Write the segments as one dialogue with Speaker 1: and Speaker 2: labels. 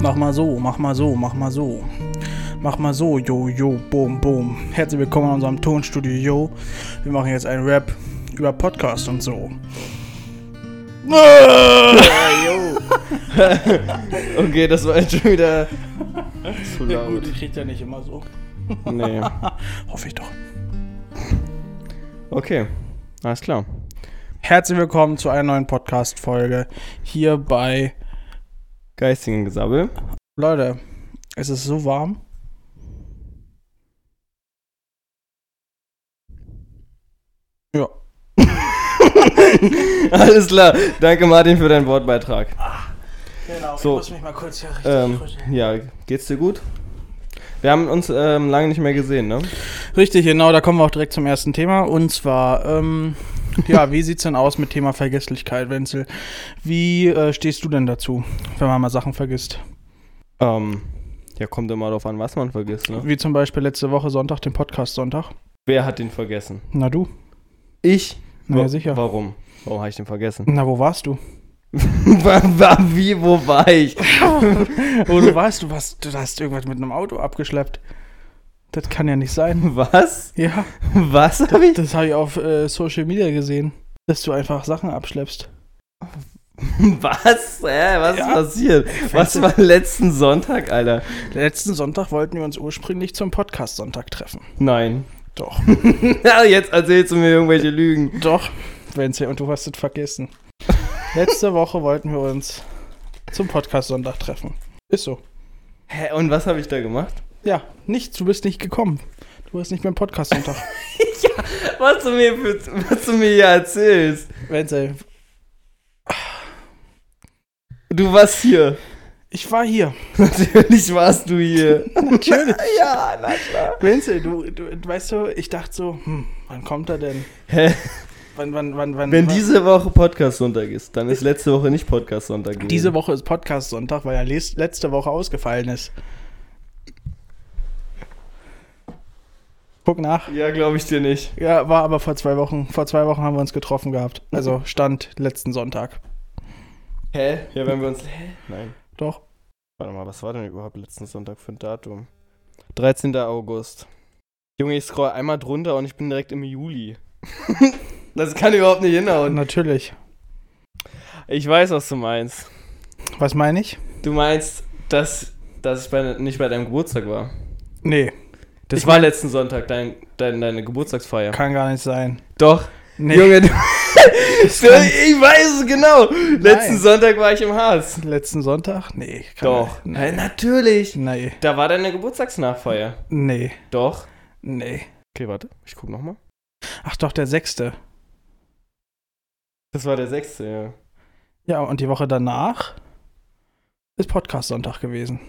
Speaker 1: Mach mal so, mach mal so, mach mal so. Mach mal so, yo, yo, boom, boom. Herzlich willkommen in unserem Tonstudio, yo. Wir machen jetzt einen Rap über Podcast und so.
Speaker 2: Okay, das war jetzt schon wieder zu
Speaker 1: Ja, gut,
Speaker 2: laut.
Speaker 1: ich krieg ja nicht immer so.
Speaker 2: Nee.
Speaker 1: Hoffe ich doch.
Speaker 2: Okay, alles klar.
Speaker 1: Herzlich willkommen zu einer neuen Podcast-Folge hier bei.
Speaker 2: Geistigen Gesabbel.
Speaker 1: Leute, es ist so warm. Ja.
Speaker 2: Alles klar. Danke Martin für deinen Wortbeitrag.
Speaker 1: Genau,
Speaker 2: So.
Speaker 1: ich muss mich mal kurz hier richtig
Speaker 2: Ähm, ja, geht's dir gut? Wir haben uns ähm, lange nicht mehr gesehen, ne?
Speaker 1: Richtig, genau, da kommen wir auch direkt zum ersten Thema. Und zwar, ähm, ja, wie sieht's denn aus mit Thema Vergesslichkeit, Wenzel? Wie äh, stehst du denn dazu, wenn man mal Sachen vergisst?
Speaker 2: Ähm, ja, kommt immer darauf an, was man vergisst, ne?
Speaker 1: Wie zum Beispiel letzte Woche Sonntag, den Podcast Sonntag.
Speaker 2: Wer hat den vergessen?
Speaker 1: Na du?
Speaker 2: Ich?
Speaker 1: Na ja,
Speaker 2: Wa-
Speaker 1: sicher.
Speaker 2: Warum? Warum habe ich den vergessen?
Speaker 1: Na, wo warst du?
Speaker 2: Wa- wa- Wie, wo war ich?
Speaker 1: Wo Oh, du warst, du, warst, du hast irgendwas mit einem Auto abgeschleppt. Das kann ja nicht sein.
Speaker 2: Was?
Speaker 1: Ja,
Speaker 2: Was habe ich?
Speaker 1: das habe ich auf äh, Social Media gesehen, dass du einfach Sachen abschleppst.
Speaker 2: Was? Hä? Was
Speaker 1: Ja.
Speaker 2: ist passiert? Was war letzten Sonntag, Alter?
Speaker 1: Letzten Sonntag wollten wir uns ursprünglich zum Podcast Sonntag treffen.
Speaker 2: Nein.
Speaker 1: Doch.
Speaker 2: Ja, jetzt erzählst du mir irgendwelche Lügen.
Speaker 1: Doch, Wenzel, und du hast es vergessen. Letzte Woche wollten wir uns zum Podcast Sonntag treffen. Ist so.
Speaker 2: Hä, und was habe ich da gemacht?
Speaker 1: Ja, nichts, du bist nicht gekommen. Du warst nicht beim Podcast Sonntag.
Speaker 2: Was du mir, für, was du mir hier erzählst.
Speaker 1: Wenzel,
Speaker 2: Du warst hier.
Speaker 1: ich war hier.
Speaker 2: Natürlich warst du hier.
Speaker 1: Natürlich.
Speaker 2: ja, na klar.
Speaker 1: Wenzel, du, du weißt du, ich dachte so, hm, wann kommt er denn?
Speaker 2: Hä?
Speaker 1: Wann, wann, wann, wann?
Speaker 2: Wenn
Speaker 1: wann?
Speaker 2: diese Woche Podcast-Sonntag ist, dann ist letzte Woche nicht Podcast-Sonntag gewesen.
Speaker 1: Diese Woche ist Podcast Sonntag, weil er les- letzte Woche ausgefallen ist. Guck nach.
Speaker 2: Ja, glaube ich dir nicht.
Speaker 1: Ja, war aber vor zwei Wochen. Vor zwei Wochen haben wir uns getroffen gehabt. Also stand letzten Sonntag.
Speaker 2: Hä? Ja, wenn wir uns... Hä? Nein.
Speaker 1: Doch.
Speaker 2: Warte mal, was war denn überhaupt letzten Sonntag für ein Datum? 13. August. Junge, ich scroll einmal drunter und ich bin direkt im Juli. das kann überhaupt nicht hinhauen.
Speaker 1: Natürlich.
Speaker 2: Ich weiß, was du meinst.
Speaker 1: Was meine ich?
Speaker 2: Du meinst, dass, dass ich bei, nicht bei deinem Geburtstag war.
Speaker 1: Nee,
Speaker 2: Das
Speaker 1: Ich
Speaker 2: war letzten Sonntag dein, dein, deine Geburtstagsfeier.
Speaker 1: kann gar nicht sein.
Speaker 2: Doch.
Speaker 1: Nee,
Speaker 2: Junge, du,
Speaker 1: das
Speaker 2: ich
Speaker 1: kann-
Speaker 2: weiß es genau. Letzten Sonntag war ich im Harz.
Speaker 1: letzten Sonntag? Nee, kann
Speaker 2: Doch.
Speaker 1: Nein, nein.
Speaker 2: natürlich.
Speaker 1: Nee,
Speaker 2: Da war deine Geburtstagsnachfeier.
Speaker 1: nee,
Speaker 2: Doch.
Speaker 1: nee.
Speaker 2: Okay, warte. Ich guck nochmal.
Speaker 1: Ach doch, der sechste.
Speaker 2: Das war der sechste, ja.
Speaker 1: Ja, und die Woche danach ist Podcast Sonntag gewesen.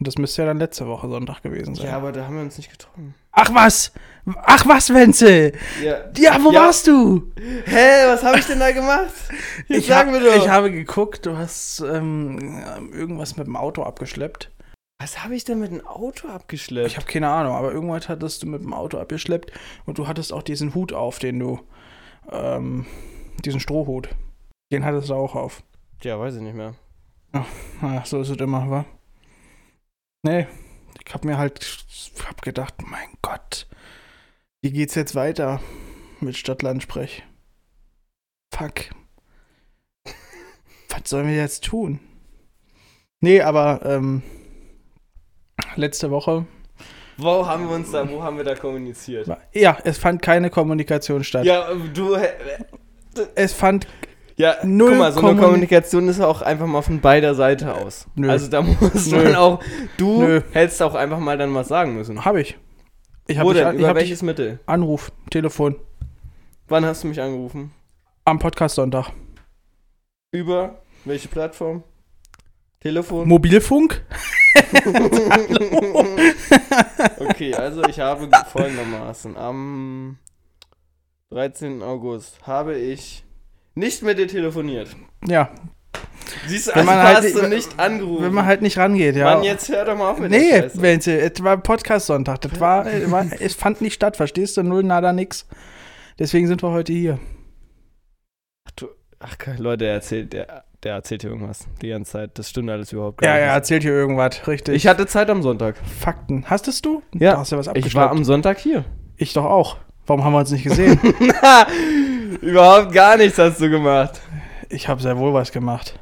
Speaker 1: Und das müsste ja dann letzte Woche Sonntag gewesen sein.
Speaker 2: Ja, aber da haben wir uns nicht getroffen.
Speaker 1: Ach was! Ach was, Wenzel!
Speaker 2: Ja.
Speaker 1: Ja, wo
Speaker 2: Ja.
Speaker 1: warst du?
Speaker 2: Hä, was habe ich denn da gemacht? Jetzt sag
Speaker 1: hab-
Speaker 2: mir doch.
Speaker 1: ich habe geguckt, du hast ähm, irgendwas mit dem Auto abgeschleppt.
Speaker 2: was habe ich denn mit dem Auto abgeschleppt?
Speaker 1: Ich habe keine Ahnung, aber irgendwas hattest du mit dem Auto abgeschleppt und du hattest auch diesen Hut auf, den du, ähm, diesen Strohhut. Den hattest du auch auf.
Speaker 2: ja, weiß ich nicht mehr.
Speaker 1: Ach, so ist es immer, wa? Nee, ich hab mir halt, hab gedacht, mein Gott, wie geht's jetzt weiter mit Stadtlandsprech? Fuck. Was sollen wir jetzt tun? Nee, aber ähm, letzte Woche,
Speaker 2: Wo haben wir uns da, wo haben wir da kommuniziert?
Speaker 1: war- ja, es fand keine Kommunikation statt.
Speaker 2: Ja, du. hä-
Speaker 1: Es fand,
Speaker 2: Ja,
Speaker 1: Null
Speaker 2: guck mal, so eine
Speaker 1: Kommuni-
Speaker 2: Kommunikation ist ja auch einfach mal von beider Seite aus.
Speaker 1: Nö.
Speaker 2: Also da muss
Speaker 1: Nö.
Speaker 2: man auch. Du
Speaker 1: Nö.
Speaker 2: hättest auch einfach mal dann was sagen müssen.
Speaker 1: hab ich. Ich hab,
Speaker 2: Wo
Speaker 1: dich,
Speaker 2: denn?
Speaker 1: an- ich
Speaker 2: Über
Speaker 1: hab dich
Speaker 2: welches Mittel?
Speaker 1: Anruf, Telefon,
Speaker 2: Wann hast du mich angerufen?
Speaker 1: am Podcast Sonntag.
Speaker 2: Über welche Plattform? Telefon?
Speaker 1: Mobilfunk?
Speaker 2: Okay, also ich habe folgendermaßen am 13. August habe ich nicht mit dir telefoniert.
Speaker 1: Ja,
Speaker 2: Siehst du,
Speaker 1: Wenn
Speaker 2: also
Speaker 1: man
Speaker 2: man
Speaker 1: halt-
Speaker 2: hast du nicht angerufen.
Speaker 1: wenn man halt nicht rangeht, ja.
Speaker 2: Mann, jetzt hör doch mal auf mit
Speaker 1: Nee,
Speaker 2: der Scheiße.
Speaker 1: Wenzel, es war Podcast-Sonntag. Das war, es war, es fand nicht statt, verstehst du? Null, nada, nix. Deswegen sind wir heute hier.
Speaker 2: Du, ach, Leute, er erzählt, der, Der erzählt hier irgendwas die ganze Zeit. Das stimmt alles überhaupt
Speaker 1: Ja,
Speaker 2: nicht.
Speaker 1: ja, also erzählt hier irgendwas, richtig.
Speaker 2: Ich hatte Zeit am Sonntag.
Speaker 1: Fakten. Hastest du?
Speaker 2: Ja,
Speaker 1: Du hast ja was
Speaker 2: Ich war
Speaker 1: abgeschrieben.
Speaker 2: am Sonntag hier.
Speaker 1: Ich, doch auch. Warum haben wir uns nicht gesehen?
Speaker 2: überhaupt gar nichts hast du gemacht.
Speaker 1: ich habe sehr wohl was gemacht.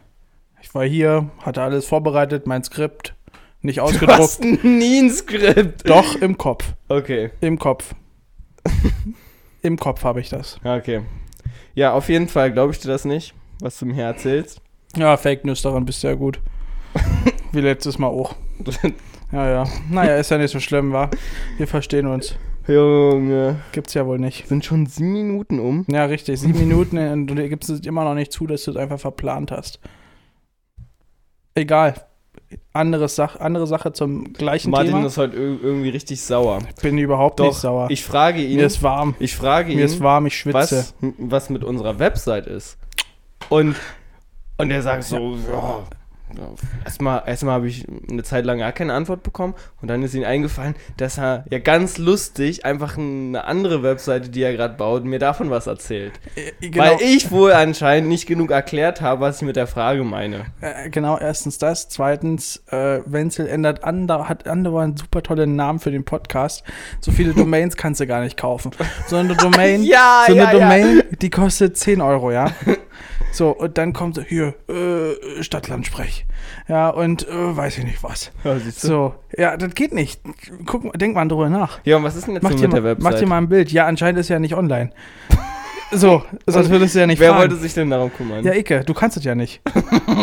Speaker 1: Ich war hier, hatte alles vorbereitet, mein Skript nicht ausgedruckt.
Speaker 2: Du hast nie ein Skript.
Speaker 1: Doch, im Kopf.
Speaker 2: Okay,
Speaker 1: Im Kopf. Im Kopf habe ich das.
Speaker 2: ja, okay. Ja, auf jeden Fall glaube ich dir das nicht, was du mir hier erzählst.
Speaker 1: Ja, Fake News daran bist du ja gut. Wie letztes Mal auch. Ja, ja. Naja, ist ja nicht so schlimm, wa? Wir verstehen uns.
Speaker 2: Junge.
Speaker 1: Gibt's ja wohl nicht.
Speaker 2: Sind schon sieben Minuten um?
Speaker 1: Ja, richtig. Sieben Minuten äh, und du gibst es immer noch nicht zu, dass du es einfach verplant hast. Egal. Anderes Sach andere Sache zum gleichen
Speaker 2: Martin
Speaker 1: Thema.
Speaker 2: ist heute ir- irgendwie richtig sauer.
Speaker 1: Ich bin überhaupt
Speaker 2: Doch,
Speaker 1: nicht sauer.
Speaker 2: Ich frage ihn,
Speaker 1: Mir ist warm.
Speaker 2: ich frage
Speaker 1: Mir ist
Speaker 2: ihn,
Speaker 1: warm, ich schwitze.
Speaker 2: was, was mit unserer Website ist. Und, und er sagt so, ja. ja, Erstmal, erstmal habe ich eine Zeit lang gar keine Antwort bekommen und dann ist ihm eingefallen, dass er ja ganz lustig einfach eine andere Webseite, die er gerade baut, mir davon was erzählt.
Speaker 1: Äh, Genau,
Speaker 2: Weil ich wohl anscheinend nicht genug erklärt habe, was ich mit der Frage meine.
Speaker 1: äh, genau, erstens das. Zweitens, äh, Wenzel ändert ander hat andauernd super tolle Namen für den Podcast. So viele Domains kannst du gar nicht kaufen. So eine Domain,
Speaker 2: Ja,
Speaker 1: so eine
Speaker 2: ja, ja.
Speaker 1: Domain die kostet 10 Euro, ja. So, und dann kommt so, hier, äh, Stadtlandsprech. Ja, und äh, weiß ich nicht was.
Speaker 2: Ja, siehst du?
Speaker 1: So, ja, das geht nicht. Guck, denk mal drüber nach.
Speaker 2: ja, und was ist denn jetzt
Speaker 1: Mach
Speaker 2: so
Speaker 1: dir,
Speaker 2: mit der
Speaker 1: mal, mach
Speaker 2: Website?
Speaker 1: dir mal ein Bild. Ja, anscheinend ist er ja nicht online. So, sonst würdest du ja nicht
Speaker 2: Wer
Speaker 1: fragen.
Speaker 2: wollte sich denn darum kümmern?
Speaker 1: Ja, Icke, du kannst es ja nicht.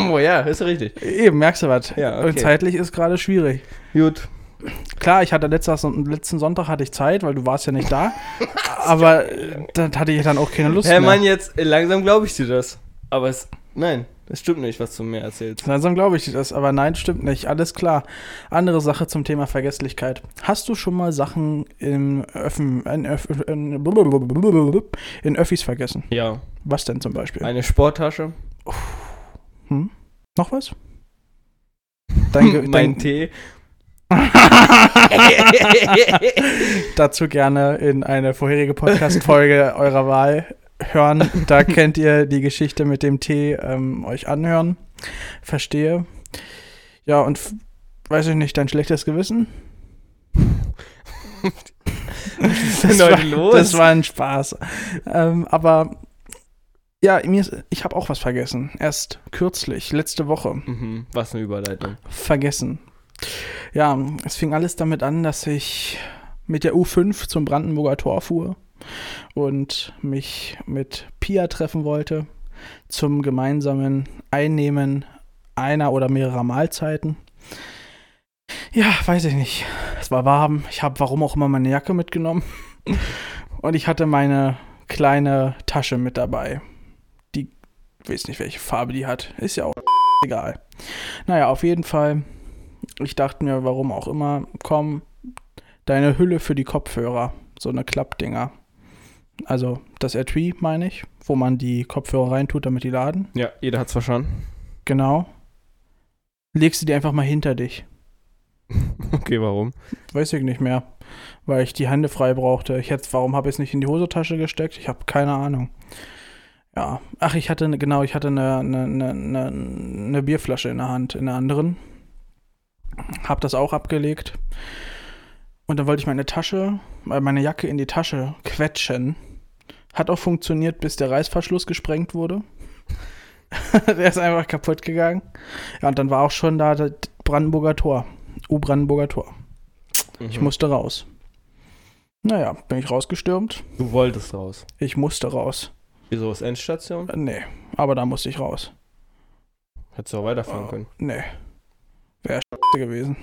Speaker 2: oh, ja, ist richtig.
Speaker 1: Eben, merkst du was.
Speaker 2: Ja, okay.
Speaker 1: Und zeitlich ist gerade schwierig.
Speaker 2: Gut.
Speaker 1: Klar, ich hatte letztes, letzten Sonntag hatte ich Zeit, weil du warst ja nicht da. aber äh, dann hatte ich dann auch keine Lust
Speaker 2: Hey
Speaker 1: mehr.
Speaker 2: Mann, jetzt äh, langsam glaube ich dir das. Aber es. Nein, das stimmt nicht, was du mir erzählst.
Speaker 1: Langsam glaube ich dir das, aber nein, stimmt nicht. Alles klar. Andere Sache zum Thema Vergesslichkeit. Hast du schon mal Sachen in, Öffen, in, Öff, in, in Öffis vergessen?
Speaker 2: Ja.
Speaker 1: Was denn zum Beispiel?
Speaker 2: Eine Sporttasche,
Speaker 1: Noch was? Dein, Ge-
Speaker 2: mein
Speaker 1: dein,
Speaker 2: Tee.
Speaker 1: dazu gerne in eine vorherige Podcast-Folge eurer Wahl hören. Da könnt ihr die Geschichte mit dem Tee ähm, euch anhören. Verstehe. Ja, und f- weiß ich nicht, dein schlechtes Gewissen?
Speaker 2: denn
Speaker 1: war,
Speaker 2: heute los?
Speaker 1: das war ein Spaß. Ähm, aber ja, mir ist, ich habe auch was vergessen. Erst kürzlich, letzte Woche.
Speaker 2: mhm, was eine Überleitung.
Speaker 1: vergessen. Ja, es fing alles damit an, dass ich mit der U5 zum Brandenburger Tor fuhr und mich mit Pia treffen wollte zum gemeinsamen Einnehmen einer oder mehrerer Mahlzeiten. Ja, weiß ich nicht. Es war warm. Ich habe warum auch immer meine Jacke mitgenommen. Und ich hatte meine kleine Tasche mit dabei. Die, weiß nicht, welche Farbe die hat. Ist ja auch egal. Naja, auf jeden Fall. Ich dachte mir, warum auch immer, komm, deine Hülle für die Kopfhörer, so eine Klappdinger. Also das Etui, meine ich, wo man die Kopfhörer reintut, damit die laden.
Speaker 2: Ja, jeder hat's verstanden.
Speaker 1: Genau. Legst du die einfach mal hinter dich.
Speaker 2: Okay, warum?
Speaker 1: Weiß ich nicht mehr, weil ich die Hände frei brauchte. Ich hätte, warum habe ich es nicht in die Hosentasche gesteckt? Ich habe keine Ahnung. Ja, ach, ich hatte, ne- genau, ich hatte eine, eine, eine, eine, eine ne Bierflasche in der Hand, in der anderen. Hab das auch abgelegt. Und dann wollte ich meine Tasche, äh, meine Jacke in die Tasche quetschen. Hat auch funktioniert, bis der Reißverschluss gesprengt wurde. der ist einfach kaputt gegangen. Ja, und dann war auch schon da das Brandenburger Tor. U-Brandenburger Tor. Ich
Speaker 2: Mhm.
Speaker 1: musste raus. Naja, bin ich rausgestürmt?
Speaker 2: Du wolltest raus.
Speaker 1: Ich musste raus.
Speaker 2: Wieso ist Endstation?
Speaker 1: Äh, Nee, aber da musste ich raus.
Speaker 2: Hättest du auch weiterfahren können.
Speaker 1: Nee. Wäre scheiße gewesen.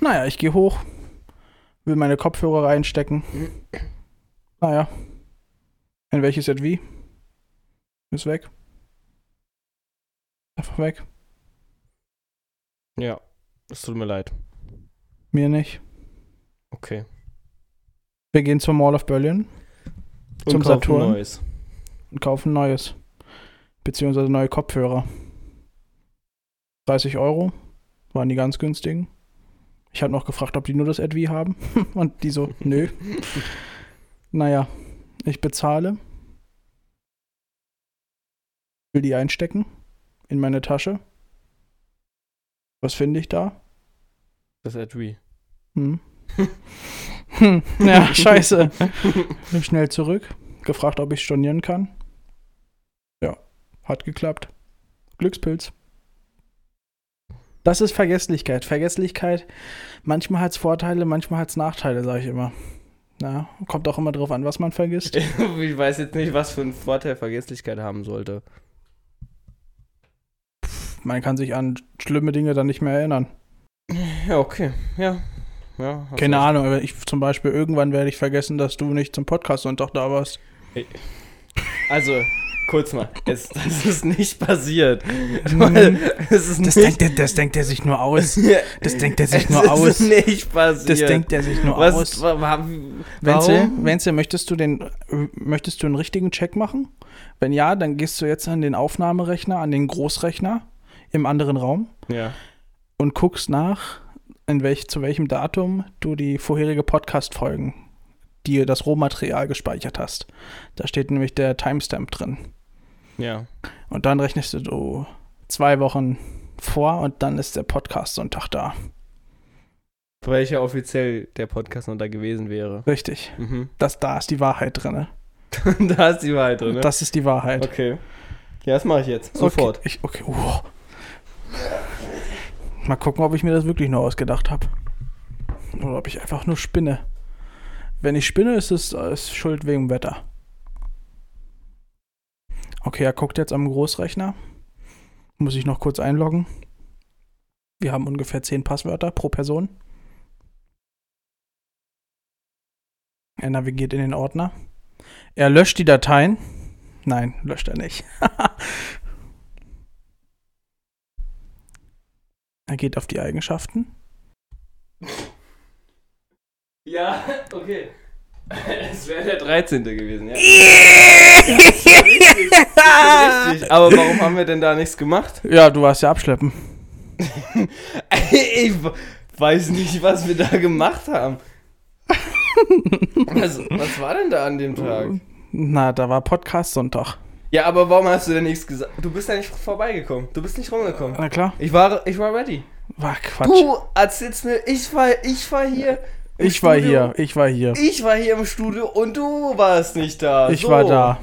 Speaker 1: Naja, ich gehe hoch, will meine Kopfhörer reinstecken. Naja. In welches Set wie? Ist weg. Einfach weg.
Speaker 2: Ja. Es tut mir leid.
Speaker 1: Mir nicht.
Speaker 2: Okay.
Speaker 1: Wir gehen zur Mall of Berlin Zum
Speaker 2: kaufen
Speaker 1: Saturn?
Speaker 2: Neues.
Speaker 1: und kaufen neues. Beziehungsweise neue Kopfhörer. 30 Euro waren die ganz günstigen. Ich habe noch gefragt, ob die nur das Advi haben. Und die so, nö. Naja, ich bezahle. Will die einstecken. in meine Tasche. Was finde ich da?
Speaker 2: Das Etui.
Speaker 1: Hm. hm. Ja, scheiße. Bin schnell zurück. Gefragt, ob ich stornieren kann. Ja, hat geklappt. Glückspilz. Das ist Vergesslichkeit. Vergesslichkeit, manchmal hat es Vorteile, manchmal hat es Nachteile, sage ich immer. Na, kommt auch immer drauf an, was man vergisst.
Speaker 2: ich weiß jetzt nicht, was für einen Vorteil Vergesslichkeit haben sollte.
Speaker 1: Man kann sich an schlimme Dinge dann nicht mehr erinnern.
Speaker 2: Ja, okay. Ja. ja hast
Speaker 1: Keine
Speaker 2: recht.
Speaker 1: Ahnung, aber ich zum Beispiel irgendwann werde ich vergessen, dass du nicht zum Podcast Sonntag da warst.
Speaker 2: Also, kurz mal. Es, das ist nicht passiert. Weil es ist nicht,
Speaker 1: er, das denkt er sich nur aus. Das denkt er
Speaker 2: es ist nicht passiert.
Speaker 1: Das denkt er sich nur
Speaker 2: Was,
Speaker 1: aus.
Speaker 2: wa- wa- warum?
Speaker 1: Wenzel, Wenzel, möchtest du den, äh, möchtest du einen richtigen Check machen? Wenn ja, dann gehst du jetzt an den Aufnahmerechner, an den Großrechner im anderen Raum
Speaker 2: Ja.
Speaker 1: und guckst nach, in welch, zu welchem Datum du die vorherige Podcast-Folgen, dir das Rohmaterial gespeichert hast. Da steht nämlich der Timestamp drin.
Speaker 2: Ja.
Speaker 1: Und dann rechnest du so zwei Wochen vor und dann ist der Podcast Sonntag da.
Speaker 2: Welcher offiziell der Podcast noch da gewesen wäre.
Speaker 1: Richtig.
Speaker 2: Mhm.
Speaker 1: Das, da ist die Wahrheit drin.
Speaker 2: da ist die Wahrheit drin. Ne?
Speaker 1: Das ist die Wahrheit.
Speaker 2: Okay. Ja, das mache ich jetzt. Sofort.
Speaker 1: Okay, ich, okay, wow. Mal gucken, ob ich mir das wirklich nur ausgedacht habe. Oder ob ich einfach nur spinne. Wenn ich spinne, ist es äh, ist Schuld wegen Wetter. Okay, er guckt jetzt am Großrechner. Muss ich noch kurz einloggen. Wir haben ungefähr 10 Passwörter pro Person. Er navigiert in den Ordner. Er löscht die Dateien. Nein, löscht er nicht. er geht auf die Eigenschaften.
Speaker 2: Ja, okay. Es wäre der 13. gewesen, ja. Richtig,
Speaker 1: ja,
Speaker 2: aber warum haben wir denn da nichts gemacht?
Speaker 1: du warst ja abschleppen.
Speaker 2: ich we- weiß nicht, was wir da gemacht haben. Was, was war denn da an dem Tag?
Speaker 1: Na, da war Podcast Sonntag.
Speaker 2: Ja, aber warum hast du denn nichts gesagt? Du bist ja nicht vorbeigekommen. Du bist nicht rumgekommen.
Speaker 1: Na klar,
Speaker 2: Ich war, ich war ready.
Speaker 1: war Quatsch.
Speaker 2: Du erzählst mir, ich war, ich war hier. im
Speaker 1: ich war
Speaker 2: Studio.
Speaker 1: hier, ich war hier.
Speaker 2: Ich war hier im Studio und du warst nicht da.
Speaker 1: Ich
Speaker 2: So.
Speaker 1: war da.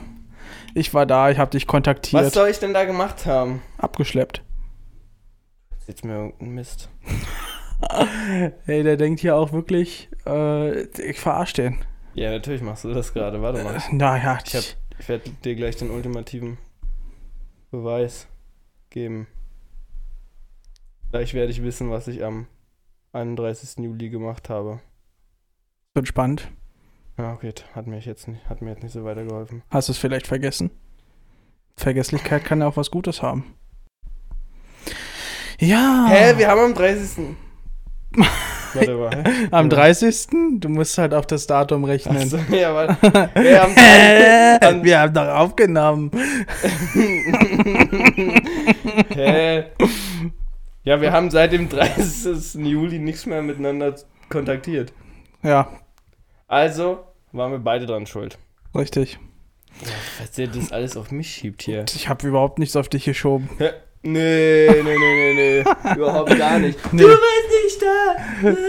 Speaker 1: Ich war da, ich habe dich
Speaker 2: Was
Speaker 1: kontaktiert.
Speaker 2: soll ich denn da gemacht haben?
Speaker 1: Abgeschleppt.
Speaker 2: Jetzt mir irgendein Mist.
Speaker 1: Ey, der denkt hier auch wirklich, äh, ich verarsch den.
Speaker 2: Ja, natürlich machst du das gerade. Warte mal.
Speaker 1: Naja,
Speaker 2: Ich, hab, ich werde dir gleich den ultimativen Beweis geben. Gleich werde ich wissen, was ich am 31. Juli gemacht habe.
Speaker 1: bin spannend.
Speaker 2: Ja, okay, t- hat mir jetzt nicht, hat mir jetzt nicht so weitergeholfen.
Speaker 1: Hast du es vielleicht vergessen? Vergesslichkeit kann ja auch was Gutes haben. Ja.
Speaker 2: Hä, wir haben am 30. Warte mal. hä?
Speaker 1: Am 30. Du musst halt auf das Datum
Speaker 2: Ach
Speaker 1: rechnen.
Speaker 2: so, ja, warte. Wir haben
Speaker 1: Hä?
Speaker 2: am
Speaker 1: Wir haben doch aufgenommen.
Speaker 2: Hä? Ja, wir haben seit dem 30. Juli nichts mehr miteinander kontaktiert.
Speaker 1: Ja,
Speaker 2: Also waren wir beide dran schuld.
Speaker 1: richtig.
Speaker 2: Was der das alles auf mich schiebt hier.
Speaker 1: Ich habe überhaupt nichts auf dich geschoben.
Speaker 2: Hä? Nee, nee, nee, nee, nee. Überhaupt gar nicht.
Speaker 1: Nee.
Speaker 2: Du warst nicht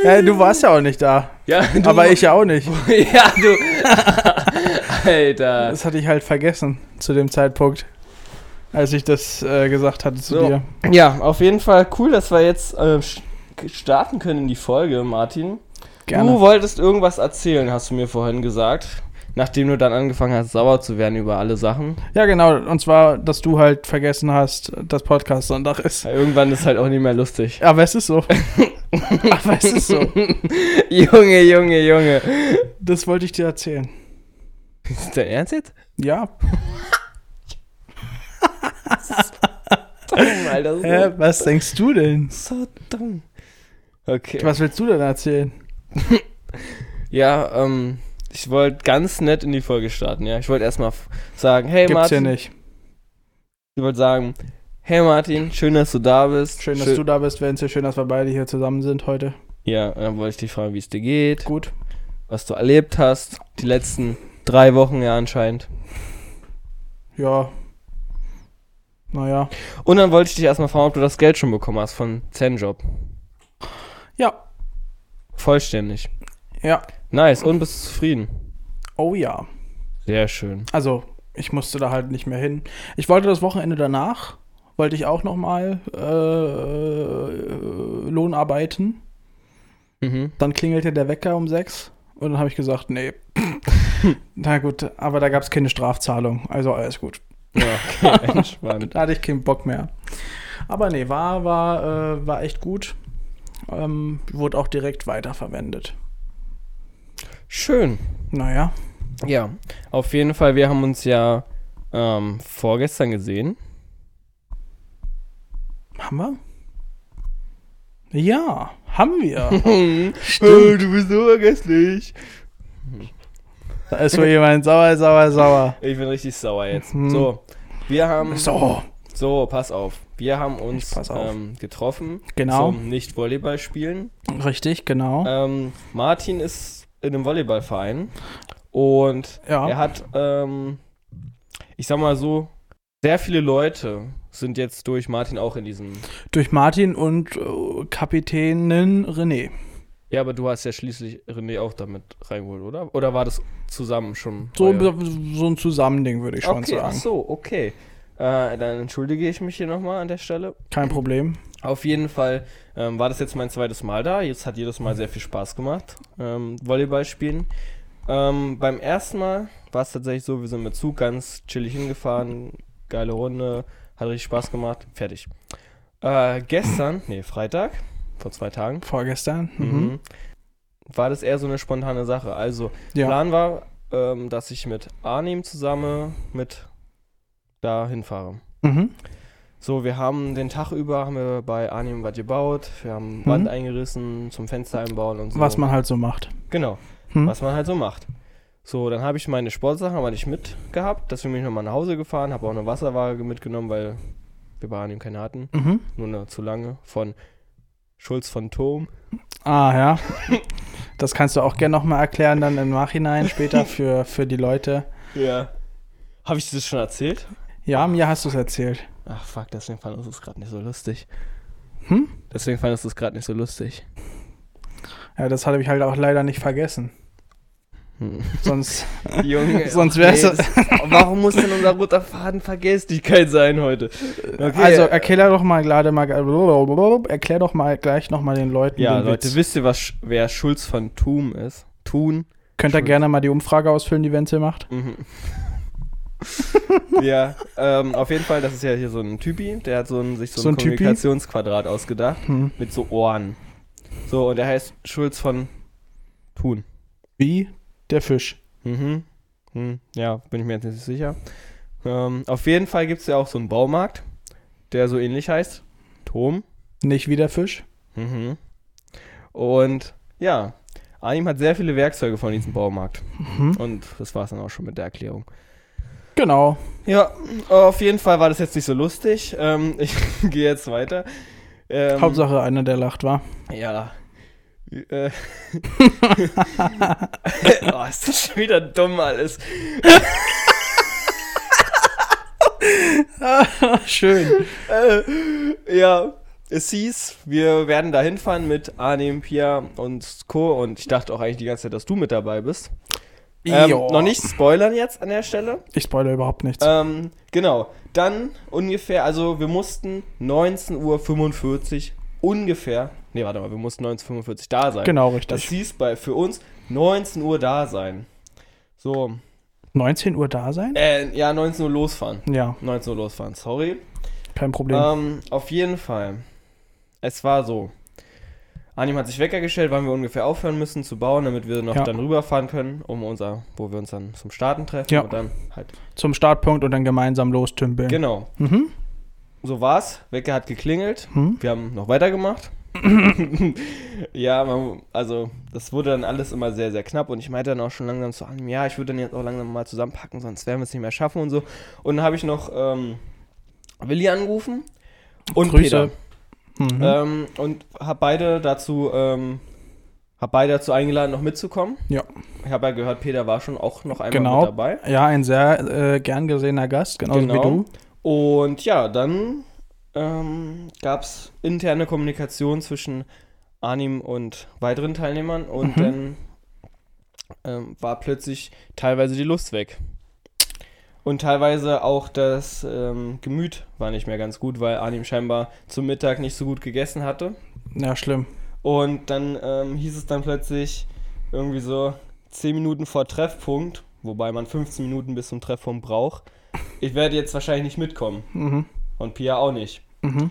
Speaker 2: da.
Speaker 1: Ja, du warst ja auch nicht da.
Speaker 2: Ja, du
Speaker 1: Aber ich ja auch nicht.
Speaker 2: Ja, du. Alter.
Speaker 1: Das hatte ich halt vergessen zu dem Zeitpunkt, als ich das äh, gesagt hatte zu
Speaker 2: So.
Speaker 1: dir.
Speaker 2: Ja, auf jeden Fall cool, dass wir jetzt äh, sch- starten können in die Folge, Martin. Du
Speaker 1: Gerne.
Speaker 2: wolltest irgendwas erzählen, hast du mir vorhin gesagt. Nachdem du dann angefangen hast, sauer zu werden über alle Sachen.
Speaker 1: Ja, genau. Und zwar, dass du halt vergessen hast, dass Podcast Sonntag ist.
Speaker 2: Ja, Irgendwann ist halt auch nicht mehr lustig.
Speaker 1: Aber es ist so. Aber es ist so.
Speaker 2: Junge, Junge, Junge.
Speaker 1: Das wollte ich dir erzählen.
Speaker 2: Ist dein Ernst jetzt?
Speaker 1: Ja.
Speaker 2: Dumm, Alter. So,
Speaker 1: Hä, was denkst du denn?
Speaker 2: so dumm. Okay.
Speaker 1: Was willst du denn erzählen?
Speaker 2: Ja, ähm, ich wollte ganz nett in die Folge starten, ja. Ich wollte erstmal f- sagen, hey
Speaker 1: Gibt's
Speaker 2: Martin.
Speaker 1: hier nicht.
Speaker 2: Ich wollte sagen, hey Martin, schön, dass du da bist.
Speaker 1: Schön, dass du da bist, Wenzel. schön, dass wir beide hier zusammen sind heute.
Speaker 2: Ja, und dann wollte ich dich fragen, wie es dir geht,
Speaker 1: Gut.
Speaker 2: was du erlebt hast, die letzten drei Wochen ja anscheinend.
Speaker 1: Ja. Naja.
Speaker 2: Und dann wollte ich dich erstmal fragen, ob du das Geld schon bekommen hast von Zenjob.
Speaker 1: Ja.
Speaker 2: Vollständig.
Speaker 1: Ja.
Speaker 2: Nice. Und bist du zufrieden?
Speaker 1: Oh ja.
Speaker 2: Sehr schön.
Speaker 1: Also, ich musste da halt nicht mehr hin. Ich wollte das Wochenende danach, wollte ich auch nochmal äh, äh, Lohn arbeiten.
Speaker 2: Mhm.
Speaker 1: Dann klingelte der Wecker um sechs und dann habe ich gesagt, nee. Na gut, aber da gab es keine Strafzahlung, also alles gut.
Speaker 2: Ja, okay, entspannt.
Speaker 1: Da hatte ich keinen Bock mehr. Aber nee, war, war, äh, war echt gut. Ähm, wurde auch direkt weiterverwendet.
Speaker 2: Schön.
Speaker 1: Naja,
Speaker 2: Ja, auf jeden Fall, wir haben uns ja ähm, vorgestern gesehen.
Speaker 1: haben wir? Ja, haben wir.
Speaker 2: Stimmt. Äh, Du bist so vergesslich.
Speaker 1: Da ist wohl jemand sauer, sauer, sauer.
Speaker 2: Ich bin richtig sauer jetzt.
Speaker 1: Mhm.
Speaker 2: So, wir haben.
Speaker 1: So,
Speaker 2: So, pass auf. Wir haben uns
Speaker 1: Ich pass auf.
Speaker 2: ähm, getroffen
Speaker 1: Genau.
Speaker 2: zum Nicht-Volleyball spielen.
Speaker 1: richtig, genau.
Speaker 2: Ähm, Martin ist in einem Volleyballverein und
Speaker 1: Ja.
Speaker 2: Äh, er hat, ähm, ich sag mal so, sehr viele Leute sind jetzt durch Martin auch in diesem.
Speaker 1: Durch Martin und äh, Kapitänin René.
Speaker 2: Ja, aber du hast ja schließlich René auch damit reingeholt, oder? Oder war das zusammen schon?
Speaker 1: So,
Speaker 2: euer-
Speaker 1: so ein Zusammending, würde ich schon
Speaker 2: Oh okay, ach
Speaker 1: sagen.
Speaker 2: so, okay. Äh, dann entschuldige ich mich hier nochmal an der Stelle.
Speaker 1: Kein Problem.
Speaker 2: Auf jeden Fall ähm, war das jetzt mein zweites Mal da. Jetzt hat jedes Mal sehr viel Spaß gemacht, ähm, Volleyball spielen. Ähm, beim ersten Mal war es tatsächlich so, wir sind mit Zug ganz chillig hingefahren, geile Runde, hat richtig Spaß gemacht, fertig. Äh, gestern, nee, Freitag, vor zwei Tagen,
Speaker 1: Vorgestern. Mhm.
Speaker 2: mhm. war das eher so eine spontane Sache. Also,
Speaker 1: Ja.
Speaker 2: Plan war, ähm, dass ich mit Arnim zusammen mit da hinfahre.
Speaker 1: Mhm.
Speaker 2: So, wir haben den Tag über haben wir bei Arnim was gebaut, wir haben Wand
Speaker 1: Mhm.
Speaker 2: eingerissen, zum Fenster einbauen und so.
Speaker 1: Was man halt so macht.
Speaker 2: Genau,
Speaker 1: Hm?
Speaker 2: was man halt so macht. So, dann habe ich meine Sportsachen aber nicht mitgehabt, deswegen bin ich nochmal nach Hause gefahren, habe auch eine Wasserwaage mitgenommen, weil wir bei Arnim keine hatten,
Speaker 1: Mhm.
Speaker 2: nur eine zu lange, von Schulz von Thom.
Speaker 1: Ah, ja. Das kannst du auch gerne nochmal erklären, dann im Nachhinein später für, für die Leute.
Speaker 2: Ja. Habe ich das schon erzählt?
Speaker 1: Ja, mir hast du es erzählt.
Speaker 2: Ach fuck, deswegen fand ich es gerade nicht so lustig.
Speaker 1: Hm?
Speaker 2: Deswegen fand ich es gerade nicht so lustig.
Speaker 1: Ja, das habe ich halt auch leider nicht vergessen.
Speaker 2: Hm.
Speaker 1: Sonst,
Speaker 2: Junge,
Speaker 1: sonst
Speaker 2: ach
Speaker 1: wäre es.
Speaker 2: nee, Warum muss denn unser roter Faden Vergesslichkeit sein heute? Okay.
Speaker 1: Also erklär doch mal gerade mal erklär doch mal gleich nochmal den Leuten
Speaker 2: ja,
Speaker 1: den
Speaker 2: Leute,
Speaker 1: Witz.
Speaker 2: wisst ihr, was, Sch- wer Schulz von Thum ist? Thun?
Speaker 1: Könnt ihr gerne mal die Umfrage ausfüllen, die Wenzel macht?
Speaker 2: Mhm. ja, ähm, auf jeden Fall, das ist ja hier so ein Typi, der hat so ein, sich so,
Speaker 1: So
Speaker 2: ein
Speaker 1: ein Typi?
Speaker 2: Kommunikationsquadrat ausgedacht
Speaker 1: Hm.
Speaker 2: mit so Ohren. So, und der heißt Schulz von Thun.
Speaker 1: Wie der Fisch.
Speaker 2: Mhm. Hm, ja, bin ich mir jetzt nicht sicher. Ähm, auf jeden Fall gibt es ja auch so einen Baumarkt, der so ähnlich heißt. Tom.
Speaker 1: Nicht wie der Fisch?
Speaker 2: Mhm. Und ja, Anim hat sehr viele Werkzeuge von diesem Baumarkt.
Speaker 1: Mhm.
Speaker 2: Und das war es dann auch schon mit der Erklärung.
Speaker 1: Genau.
Speaker 2: Ja, auf jeden Fall war das jetzt nicht so lustig. Ähm, ich gehe jetzt weiter. Ähm,
Speaker 1: Hauptsache einer, der lacht, war.
Speaker 2: Ja. Äh. oh, ist das schon wieder dumm alles. Ah,
Speaker 1: Schön.
Speaker 2: Äh, ja, es hieß, wir werden da hinfahren mit Arnim, Pia und Co. Und ich dachte auch eigentlich die ganze Zeit, dass du mit dabei bist. Ähm,
Speaker 1: Jo.
Speaker 2: noch nicht spoilern jetzt an der Stelle.
Speaker 1: Ich spoilere überhaupt nichts.
Speaker 2: Ähm, genau. Dann ungefähr, also wir mussten 19.45 Uhr ungefähr. Nee, warte mal, wir mussten 19.45 Uhr da sein.
Speaker 1: genau,
Speaker 2: Das
Speaker 1: richtig.
Speaker 2: hieß bei für uns 19 Uhr da sein. So.
Speaker 1: 19 Uhr da sein?
Speaker 2: Äh, ja, 19 Uhr losfahren.
Speaker 1: Ja,
Speaker 2: 19 Uhr losfahren, sorry.
Speaker 1: kein Problem.
Speaker 2: Ähm, auf jeden Fall. Es war so. Anim hat sich Wecker gestellt, wann wir ungefähr aufhören müssen zu bauen, damit wir noch
Speaker 1: Ja.
Speaker 2: dann rüberfahren können, um unser, wo wir uns dann zum Starten treffen
Speaker 1: Ja.
Speaker 2: und dann halt.
Speaker 1: Zum Startpunkt und dann gemeinsam lostümpeln.
Speaker 2: Genau.
Speaker 1: Mhm.
Speaker 2: So war's. Wecker hat geklingelt.
Speaker 1: Hm?
Speaker 2: Wir haben noch weitergemacht. ja, man, also das wurde dann alles immer sehr, sehr knapp und ich meinte dann auch schon langsam zu allem, ja, ich würde dann jetzt auch langsam mal zusammenpacken, sonst werden wir es nicht mehr schaffen und so. Und dann habe ich noch ähm, Willi angerufen und
Speaker 1: Grüße. Mhm.
Speaker 2: Peter. Ähm, und habe beide dazu, ähm, hab beide dazu eingeladen, noch mitzukommen.
Speaker 1: Ja.
Speaker 2: Ich habe ja gehört, Peter war schon auch noch einmal
Speaker 1: Genau.
Speaker 2: mit dabei.
Speaker 1: ja, ein sehr äh, gern gesehener Gast, genauso
Speaker 2: Genau.
Speaker 1: wie du.
Speaker 2: Und ja, dann ähm, gab es interne Kommunikation zwischen Arnim und weiteren Teilnehmern und
Speaker 1: Mhm.
Speaker 2: dann ähm, war plötzlich teilweise die Lust weg. Und teilweise auch das ähm, Gemüt war nicht mehr ganz gut, weil Arnim scheinbar zum Mittag nicht so gut gegessen hatte.
Speaker 1: Ja, schlimm.
Speaker 2: Und dann ähm, hieß es dann plötzlich irgendwie so 10 Minuten vor Treffpunkt, wobei man 15 Minuten bis zum Treffpunkt braucht. Ich werde jetzt wahrscheinlich nicht mitkommen
Speaker 1: Mhm.
Speaker 2: und Pia auch nicht.
Speaker 1: Mhm.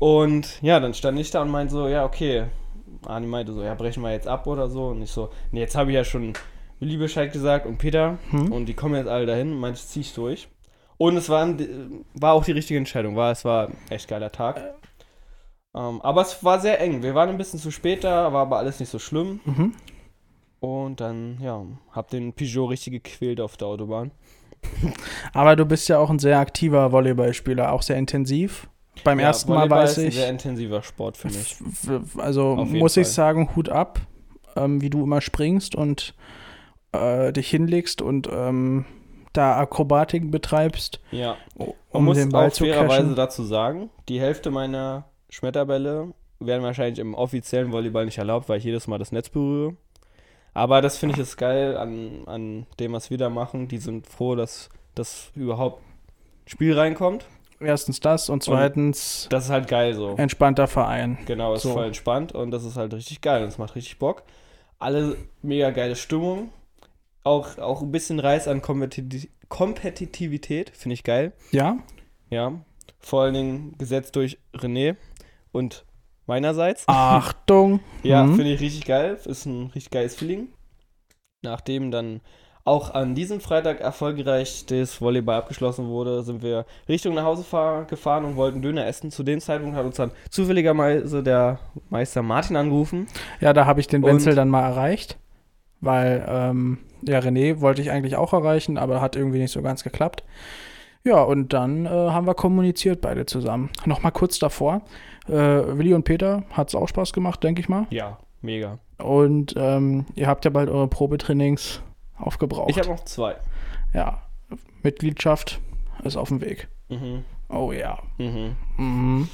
Speaker 2: Und ja, dann stand ich da und meinte so, ja, okay. Ani meinte so, ja, brechen wir jetzt ab oder so. Und ich so, nee, jetzt habe ich ja schon Liebescheid gesagt und Peter
Speaker 1: Hm.
Speaker 2: und die kommen jetzt alle dahin. Und meinte, ich zieh ich durch. Und es war, war auch die richtige Entscheidung, war, es war ein echt geiler Tag. Ähm, aber es war sehr eng. Wir waren ein bisschen zu spät da, war aber alles nicht so schlimm.
Speaker 1: Mhm.
Speaker 2: Und dann, ja, hab den Peugeot richtig gequält auf der Autobahn.
Speaker 1: Aber du bist ja auch ein sehr aktiver Volleyballspieler, auch sehr intensiv. Beim
Speaker 2: ja,
Speaker 1: ersten Mal
Speaker 2: Volleyball
Speaker 1: weiß
Speaker 2: ist ein
Speaker 1: ich,
Speaker 2: sehr intensiver Sport für mich.
Speaker 1: f- also
Speaker 2: Auf jeden
Speaker 1: muss ich
Speaker 2: Fall.
Speaker 1: sagen, Hut ab, ähm, wie du immer springst und äh, dich hinlegst und ähm, da Akrobatiken betreibst,
Speaker 2: Ja.
Speaker 1: um
Speaker 2: Man muss
Speaker 1: den Ball
Speaker 2: auch
Speaker 1: zu
Speaker 2: fairerweise
Speaker 1: crashen.
Speaker 2: dazu sagen, die Hälfte meiner Schmetterbälle werden wahrscheinlich im offiziellen Volleyball nicht erlaubt, weil ich jedes Mal das Netz berühre. Aber das finde ich ist geil an, an dem, was wir da machen. Die sind froh, dass das überhaupt Spiel reinkommt.
Speaker 1: Erstens das und zweitens
Speaker 2: Das ist halt geil so.
Speaker 1: entspannter Verein.
Speaker 2: Genau, ist
Speaker 1: So.
Speaker 2: voll entspannt und das ist halt richtig geil und es macht richtig Bock. Alle mega geile Stimmung. Auch, auch ein bisschen Reiz an Kompeti Kompetitivität, finde ich geil.
Speaker 1: Ja,
Speaker 2: Ja, vor allen Dingen gesetzt durch René und meinerseits.
Speaker 1: Achtung.
Speaker 2: Ja,
Speaker 1: Ah, Mhm.
Speaker 2: finde ich richtig geil. Ist ein richtig geiles Feeling. Nachdem dann auch an diesem Freitag erfolgreich das Volleyball abgeschlossen wurde, sind wir Richtung nach Hause fahr- gefahren und wollten Döner essen. Zu dem Zeitpunkt hat uns dann zufälligerweise der Meister Martin angerufen.
Speaker 1: Ja, da habe ich den
Speaker 2: Und-
Speaker 1: Wenzel dann mal erreicht, weil, ähm, ja, René wollte ich eigentlich auch erreichen, aber hat irgendwie nicht so ganz geklappt. Ja, und dann äh, haben wir kommuniziert beide zusammen. Nochmal kurz davor, äh, Willi und Peter hat es auch Spaß gemacht, denke ich mal.
Speaker 2: Ja, mega.
Speaker 1: Und ähm, ihr habt ja bald eure Probetrainings aufgebraucht.
Speaker 2: Ich habe noch zwei.
Speaker 1: ja, Mitgliedschaft ist auf dem Weg.
Speaker 2: Mhm.
Speaker 1: Oh ja.
Speaker 2: Mhm.
Speaker 1: Mhm.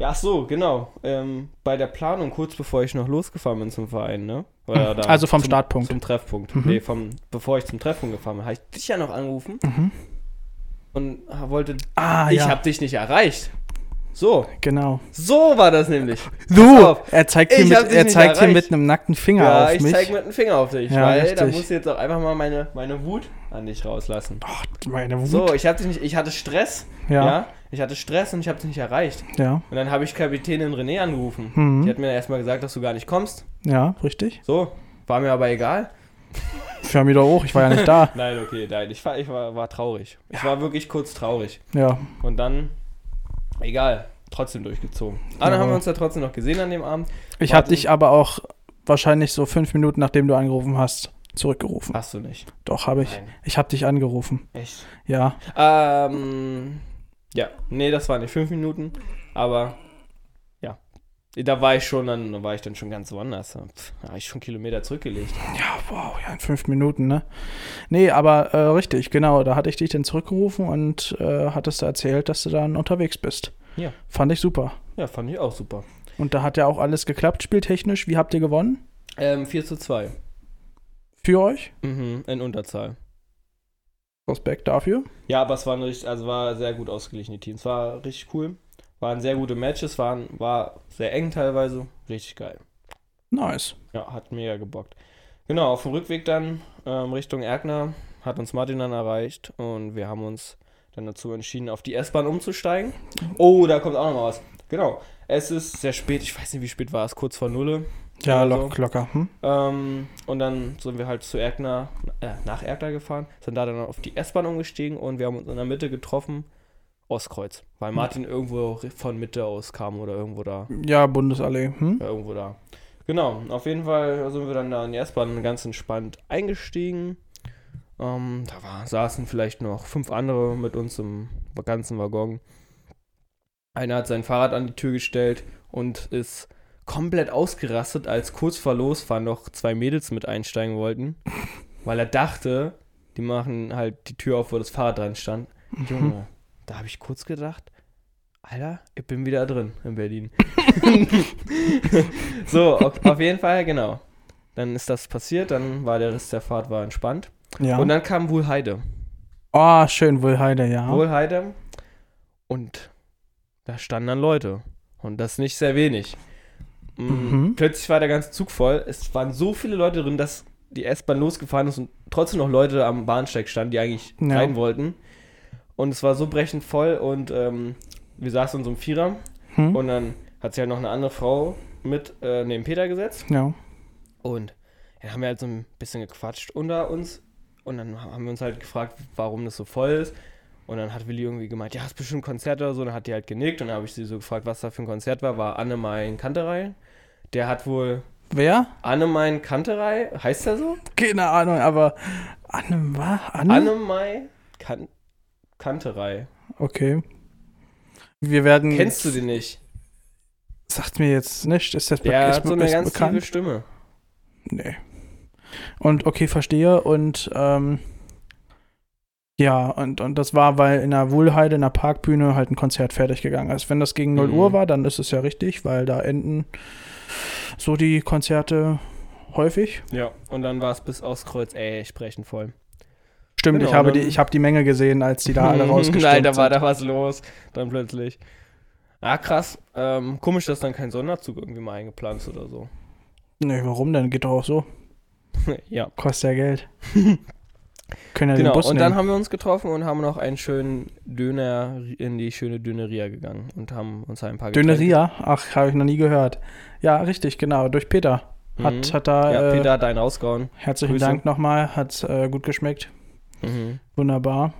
Speaker 2: Ja, ach so, genau. Ähm, bei der Planung, kurz bevor ich noch losgefahren bin zum Verein, ne? Oder da
Speaker 1: Also vom
Speaker 2: zum,
Speaker 1: Startpunkt.
Speaker 2: Zum Treffpunkt.
Speaker 1: Mhm.
Speaker 2: Nee, vom, bevor ich zum Treffpunkt gefahren bin, habe ich dich ja noch angerufen
Speaker 1: Mhm.
Speaker 2: und wollte.
Speaker 1: Ah,
Speaker 2: ich
Speaker 1: ja,
Speaker 2: habe dich nicht erreicht. So,
Speaker 1: genau.
Speaker 2: so war das nämlich. Pass
Speaker 1: So,
Speaker 2: auf.
Speaker 1: er zeigt, hier
Speaker 2: Ich
Speaker 1: mit,
Speaker 2: hab dich
Speaker 1: er
Speaker 2: nicht
Speaker 1: zeigt hier
Speaker 2: erreicht.
Speaker 1: mit einem nackten Finger
Speaker 2: Ja,
Speaker 1: auf
Speaker 2: ich
Speaker 1: mich.
Speaker 2: zeige mit dem Finger auf dich,
Speaker 1: Ja,
Speaker 2: weil da
Speaker 1: richtig.
Speaker 2: muss ich jetzt auch einfach mal meine, meine Wut an dich rauslassen.
Speaker 1: Ach, meine Wut.
Speaker 2: So, ich hatte nicht, ich hatte Stress, ja.
Speaker 1: ja,
Speaker 2: Ich hatte Stress und ich habe dich nicht erreicht.
Speaker 1: ja,
Speaker 2: Und dann habe ich Kapitänin René angerufen.
Speaker 1: Mhm.
Speaker 2: Die hat mir erstmal gesagt, dass du gar nicht kommst.
Speaker 1: ja, richtig.
Speaker 2: So, war mir aber egal.
Speaker 1: Ich hör mich doch hoch, ich war ja nicht da.
Speaker 2: Nein, okay, nein, ich war, ich war, war traurig. Ich war wirklich kurz traurig.
Speaker 1: Ja,
Speaker 2: Und dann, egal, trotzdem durchgezogen. Aber
Speaker 1: Jawohl.
Speaker 2: dann haben wir uns ja trotzdem noch gesehen an dem Abend.
Speaker 1: ich habe
Speaker 2: Martin?
Speaker 1: dich aber auch wahrscheinlich so fünf Minuten, nachdem du angerufen hast, zurückgerufen.
Speaker 2: Hast du nicht.
Speaker 1: Doch, habe ich.
Speaker 2: Ah, Nein,
Speaker 1: Ich habe dich angerufen.
Speaker 2: echt.
Speaker 1: Ja,
Speaker 2: Ähm, ja, nee, das waren nicht fünf Minuten, aber ja. Da war ich schon, dann da war ich dann schon ganz woanders. Pff, Da habe ich schon Kilometer zurückgelegt.
Speaker 1: ja, wow, ja, in fünf Minuten, ne? Nee, aber äh, richtig, genau, da hatte ich dich dann zurückgerufen und äh, hattest da erzählt, dass du dann unterwegs bist.
Speaker 2: Ja.
Speaker 1: Fand ich super.
Speaker 2: Ja, fand ich auch super.
Speaker 1: Und da hat ja auch alles geklappt, spieltechnisch. Wie habt ihr gewonnen?
Speaker 2: Ähm, 4 zu 2.
Speaker 1: Für euch?
Speaker 2: Mhm, in Unterzahl.
Speaker 1: Respekt dafür.
Speaker 2: Ja, aber es waren richtig, also war sehr gut ausgeglichene Teams. War richtig cool. Waren sehr gute Matches, waren, war sehr eng teilweise. Richtig geil.
Speaker 1: Nice.
Speaker 2: Ja, hat mega gebockt. Genau, auf dem Rückweg dann ähm, Richtung Erkner hat uns Martin dann erreicht und wir haben uns dann dazu entschieden, auf die S-Bahn umzusteigen. Oh, da kommt auch noch mal was. Genau. Es ist sehr spät, ich weiß nicht, wie spät war es, kurz vor Nulle.
Speaker 1: Ja,
Speaker 2: Also-
Speaker 1: lock, locker. Hm?
Speaker 2: Ähm, und dann sind wir halt zu Erkner, äh, nach Erkner gefahren, sind da dann auf die S-Bahn umgestiegen und wir haben uns in der Mitte getroffen, Ostkreuz, weil Martin irgendwo von Mitte aus kam oder irgendwo da.
Speaker 1: Ja, Bundesallee. Hm?
Speaker 2: Ja, Äh, irgendwo da. Genau, auf jeden Fall sind wir dann da in die S-Bahn ganz entspannt eingestiegen. Ähm, da war, saßen vielleicht noch fünf andere mit uns im ganzen Waggon. Einer hat sein Fahrrad an die Tür gestellt und ist komplett ausgerastet, als kurz vor Losfahren noch zwei Mädels mit einsteigen wollten, weil er dachte, die machen halt die Tür auf, wo das Fahrrad dran stand.
Speaker 1: Mhm.
Speaker 2: Junge, Da habe ich kurz gedacht, Alter, ich bin wieder drin in Berlin. so, auf, auf jeden Fall, genau. Dann ist das passiert, dann war der Rest der Fahrt war entspannt.
Speaker 1: Ja.
Speaker 2: Und dann kam Wuhlheide.
Speaker 1: oh, schön, Wohlheide, ja.
Speaker 2: Wohlheide. Und da standen dann Leute. Und das nicht sehr wenig. Mm,
Speaker 1: Mhm.
Speaker 2: Plötzlich war der ganze Zug voll. Es waren so viele Leute drin, dass die S-Bahn losgefahren ist und trotzdem noch Leute am Bahnsteig standen, die eigentlich
Speaker 1: Ja.
Speaker 2: rein wollten. Und es war so brechend voll und ähm, wir saßen in so einem Vierer.
Speaker 1: Hm?
Speaker 2: Und dann hat sich halt noch eine andere Frau mit äh, neben Peter gesetzt.
Speaker 1: ja.
Speaker 2: Und dann haben wir halt so ein bisschen gequatscht unter uns. Und dann haben wir uns halt gefragt, warum das so voll ist. Und dann hat Willi irgendwie gemeint, ja, ist bestimmt ein Konzert oder so. Und dann hat die halt genickt. Und dann habe ich sie so gefragt, was da für ein Konzert war. War Annemein Kanterei. Der hat wohl
Speaker 1: Wer?
Speaker 2: Annemein Kanterei, heißt der so?
Speaker 1: Keine Ahnung, aber Anne, war Anne?
Speaker 2: Annemein kan Kanterei.
Speaker 1: Okay. Wir werden.
Speaker 2: Kennst du den nicht?
Speaker 1: Sagt mir jetzt nicht. Ist das be-
Speaker 2: Der
Speaker 1: ist
Speaker 2: hat so
Speaker 1: be-
Speaker 2: eine
Speaker 1: ist
Speaker 2: ganz tiefe
Speaker 1: bekannt?
Speaker 2: Stimme.
Speaker 1: Nee. Und okay, verstehe. Und ähm, ja, und, und das war, weil in der Wohlheide, in der Parkbühne halt ein Konzert fertig gegangen ist. Wenn das gegen 0
Speaker 2: Mhm.
Speaker 1: Uhr war, dann ist es ja richtig, weil da enden so die Konzerte häufig.
Speaker 2: Ja. Und dann war es bis aufs Kreuz, ey, sprechend voll.
Speaker 1: Stimmt,
Speaker 2: Genau,
Speaker 1: ich, habe die,
Speaker 2: dann-
Speaker 1: ich habe die Menge gesehen, als die da alle rausgestürmt
Speaker 2: Nein, da war
Speaker 1: sind.
Speaker 2: da was los, dann plötzlich. Ah, krass. Ähm, komisch, dass dann kein Sonderzug irgendwie mal eingeplant ist oder so.
Speaker 1: Nee, warum denn? Geht doch auch so.
Speaker 2: ja.
Speaker 1: Kostet ja Geld. Können ja den
Speaker 2: Genau,
Speaker 1: Bus
Speaker 2: und
Speaker 1: nehmen.
Speaker 2: dann haben wir uns getroffen und haben noch einen schönen Döner in die schöne Döneria gegangen und haben uns ein paar Getränke-
Speaker 1: Döneria? Ach, habe ich noch nie gehört. Ja, richtig, genau. Durch Peter.
Speaker 2: Mhm.
Speaker 1: Hat, hat da,
Speaker 2: ja,
Speaker 1: äh,
Speaker 2: Peter hat einen rausgehauen.
Speaker 1: herzlichen
Speaker 2: Grüße.
Speaker 1: Dank nochmal. Hat äh, gut geschmeckt.
Speaker 2: Mhm.
Speaker 1: Wunderbar.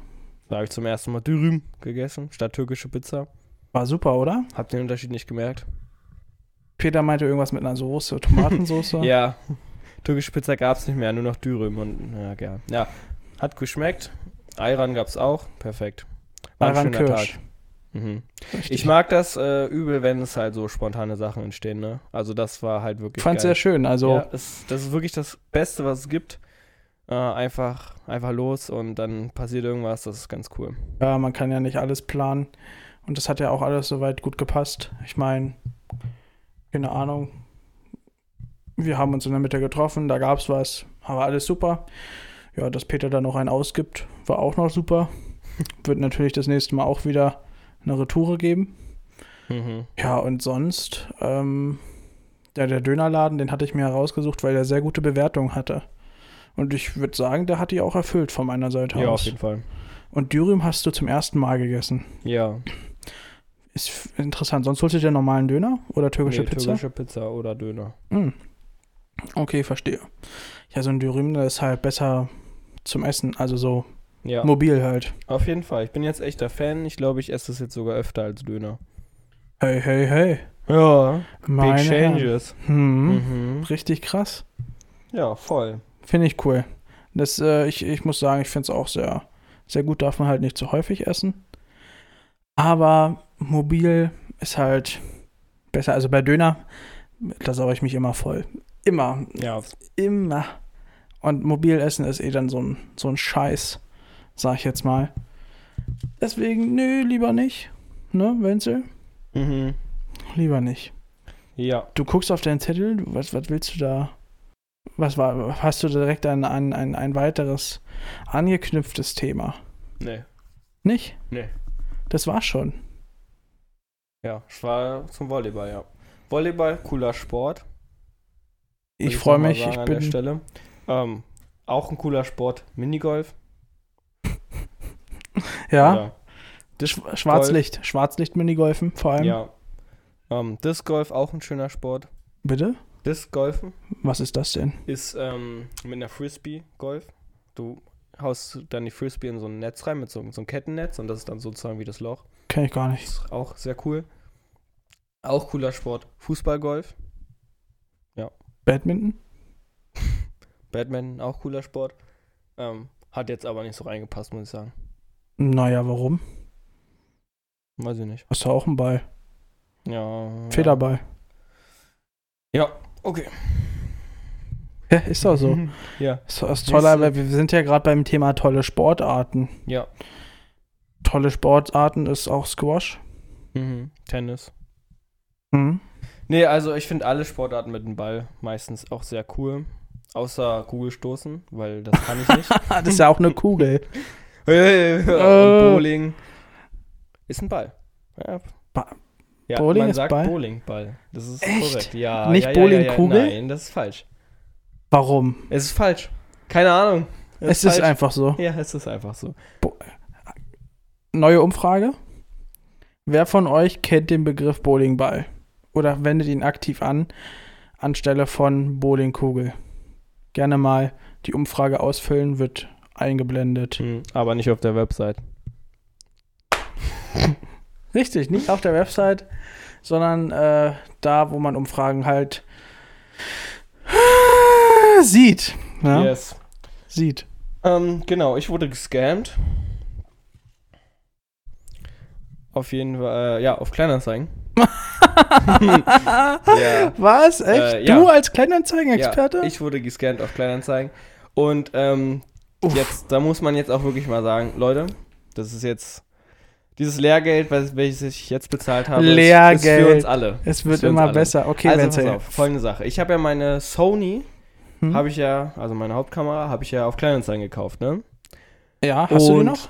Speaker 2: Da habe ich zum ersten Mal Dürüm gegessen, statt türkische Pizza.
Speaker 1: War super, oder?
Speaker 2: Habt den Unterschied nicht gemerkt?
Speaker 1: Peter meinte irgendwas mit einer Soße, Tomatensoße.
Speaker 2: Ja. Türkische Pizza gab es nicht mehr, nur noch Dürüm und ja, gern. Ja, hat geschmeckt. Ayran gab es auch. Perfekt. War ein
Speaker 1: Ayran
Speaker 2: schöner
Speaker 1: Kirsch.
Speaker 2: Tag. Mhm.
Speaker 1: Richtig.
Speaker 2: Ich mag das äh, übel, wenn es halt so spontane Sachen entstehen, ne? Also das war halt wirklich
Speaker 1: Fand's
Speaker 2: geil.
Speaker 1: sehr schön. Also,
Speaker 2: Ja, es, das ist wirklich das Beste, was es gibt. Äh, einfach, einfach los und dann passiert irgendwas, das ist ganz cool.
Speaker 1: ja, man kann ja nicht alles planen. Und das hat ja auch alles soweit gut gepasst. Ich meine, keine Ahnung. Wir haben uns in der Mitte getroffen, da gab's was. Aber alles super. Ja, dass Peter da noch einen ausgibt, war auch noch super. Wird natürlich das nächste Mal auch wieder eine Retoure geben.
Speaker 2: Mhm.
Speaker 1: Ja, und sonst, ähm, der, der Dönerladen, den hatte ich mir herausgesucht, weil der sehr gute Bewertungen hatte. Und ich würde sagen, der hat die auch erfüllt von meiner Seite
Speaker 2: Ja, auf
Speaker 1: aus.
Speaker 2: jeden Fall.
Speaker 1: Und Dürüm hast du zum ersten Mal gegessen.
Speaker 2: Ja,
Speaker 1: Ist f- interessant. Sonst holst du dir normalen Döner oder türkische
Speaker 2: nee,
Speaker 1: Pizza?
Speaker 2: türkische Pizza oder Döner.
Speaker 1: Hm. Okay, verstehe. Ja, so ein Dürüm, der ist halt besser zum Essen, also so
Speaker 2: Ja,
Speaker 1: mobil halt.
Speaker 2: auf jeden Fall. Ich bin jetzt echter Fan. Ich glaube, ich esse es jetzt sogar öfter als Döner.
Speaker 1: Hey, hey, hey.
Speaker 2: Ja,
Speaker 1: Meine
Speaker 2: Big
Speaker 1: Herren.
Speaker 2: Changes.
Speaker 1: Hm.
Speaker 2: Mhm.
Speaker 1: Richtig krass.
Speaker 2: Ja, voll.
Speaker 1: Finde ich cool. Das, äh, ich, ich muss sagen, ich finde es auch sehr, sehr gut. Darf man halt nicht zu häufig essen. Aber mobil ist halt besser. Also bei Döner, da sauge ich mich immer voll. Immer,
Speaker 2: Ja,
Speaker 1: immer. Und mobil essen ist eh dann so ein, so ein Scheiß, sag ich jetzt mal. Deswegen, nö, lieber nicht. Ne, Wenzel?
Speaker 2: mhm.
Speaker 1: Lieber nicht.
Speaker 2: ja.
Speaker 1: Du guckst auf deinen Zettel, du- was, was willst du da? Was war, hast du direkt ein, ein, ein, ein weiteres angeknüpftes Thema?
Speaker 2: Nee.
Speaker 1: Nicht?
Speaker 2: Nee.
Speaker 1: Das war schon.
Speaker 2: Ja, ich war zum Volleyball, ja. Volleyball, cooler Sport. würd
Speaker 1: Ich freue
Speaker 2: noch mal
Speaker 1: mich,
Speaker 2: sagen
Speaker 1: ich
Speaker 2: an der
Speaker 1: bin.
Speaker 2: Stelle. Ähm, auch ein cooler Sport, Minigolf.
Speaker 1: Ja,
Speaker 2: Disc
Speaker 1: Sch Schwarzlicht. Schwarzlicht-Minigolfen vor allem.
Speaker 2: ja. Ähm, Disc Golf, auch ein schöner Sport.
Speaker 1: Bitte?
Speaker 2: Disc Golfen
Speaker 1: Was ist das denn?
Speaker 2: ist ähm, mit einer Frisbee Golf. Du haust dann die Frisbee in so ein Netz rein mit so, so einem Kettennetz und das ist dann sozusagen wie das Loch.
Speaker 1: Kenn ich gar nicht.
Speaker 2: Ist auch sehr cool. Auch cooler Sport, Fußballgolf.
Speaker 1: Badminton?
Speaker 2: Badminton, auch cooler Sport. Ähm, hat jetzt aber nicht so reingepasst, muss ich sagen.
Speaker 1: Naja, warum?
Speaker 2: Weiß ich nicht.
Speaker 1: Hast du auch einen Ball?
Speaker 2: Ja.
Speaker 1: Federball.
Speaker 2: Okay. Mhm.
Speaker 1: Ja, ist doch so.
Speaker 2: Ja,
Speaker 1: Ist, ist toller,
Speaker 2: Siehste.
Speaker 1: weil wir sind ja gerade beim Thema tolle Sportarten.
Speaker 2: ja.
Speaker 1: tolle Sportarten ist auch Squash.
Speaker 2: Mhm. Tennis.
Speaker 1: Mhm.
Speaker 2: Nee, also ich finde alle Sportarten mit dem Ball meistens auch sehr cool. Außer Kugelstoßen, weil das kann ich nicht.
Speaker 1: Ah, das ist ja auch eine Kugel. Äh.
Speaker 2: Und Bowling ist ein Ball. Ja.
Speaker 1: Ba-
Speaker 2: ja,
Speaker 1: Bowling
Speaker 2: man
Speaker 1: ist
Speaker 2: sagt
Speaker 1: Ball?
Speaker 2: Bowling-Ball. Das ist
Speaker 1: Echt?
Speaker 2: korrekt. Ja,
Speaker 1: Nicht
Speaker 2: ja, ja, ja, ja.
Speaker 1: Bowlingkugel?
Speaker 2: Nein, das ist falsch.
Speaker 1: Warum?
Speaker 2: Es ist falsch. Keine Ahnung.
Speaker 1: es ist
Speaker 2: falsch.
Speaker 1: einfach so.
Speaker 2: halt- Ja, es ist einfach so.
Speaker 1: Neue Umfrage. Wer von euch kennt den Begriff Bowlingball? Oder wendet ihn aktiv an, anstelle von Bowlingkugel? Gerne mal die Umfrage ausfüllen, wird eingeblendet.
Speaker 2: Hm, aber nicht auf der Website.
Speaker 1: Richtig, nicht auf der Website, sondern äh, da, wo man Umfragen halt äh, sieht. Ja?
Speaker 2: Yes.
Speaker 1: Sieht.
Speaker 2: Ähm, genau, ich wurde gescammt. Auf jeden Fall, äh, ja, auf Kleinanzeigen. ja.
Speaker 1: Was? Echt?
Speaker 2: Äh, ja.
Speaker 1: Du als Kleinanzeigenexperte?
Speaker 2: Ja, ich wurde gescannt auf Kleinanzeigen. Und ähm,
Speaker 1: Uff.
Speaker 2: jetzt, da muss man jetzt auch wirklich mal sagen, Leute, das ist jetzt dieses Lehrgeld, was- welches ich jetzt bezahlt habe, ist- ist
Speaker 1: Lehrgeld.
Speaker 2: für uns alle.
Speaker 1: es
Speaker 2: Ist
Speaker 1: wird
Speaker 2: für uns
Speaker 1: immer
Speaker 2: alle.
Speaker 1: besser. Okay,
Speaker 2: also pass
Speaker 1: Wenzel.
Speaker 2: auf, folgende Sache. Ich habe ja meine Sony,
Speaker 1: Hm?
Speaker 2: habe ich ja, also meine Hauptkamera, habe ich ja auf Kleinanzeigen gekauft, ne?
Speaker 1: Ja, hast du die
Speaker 2: Und-
Speaker 1: noch?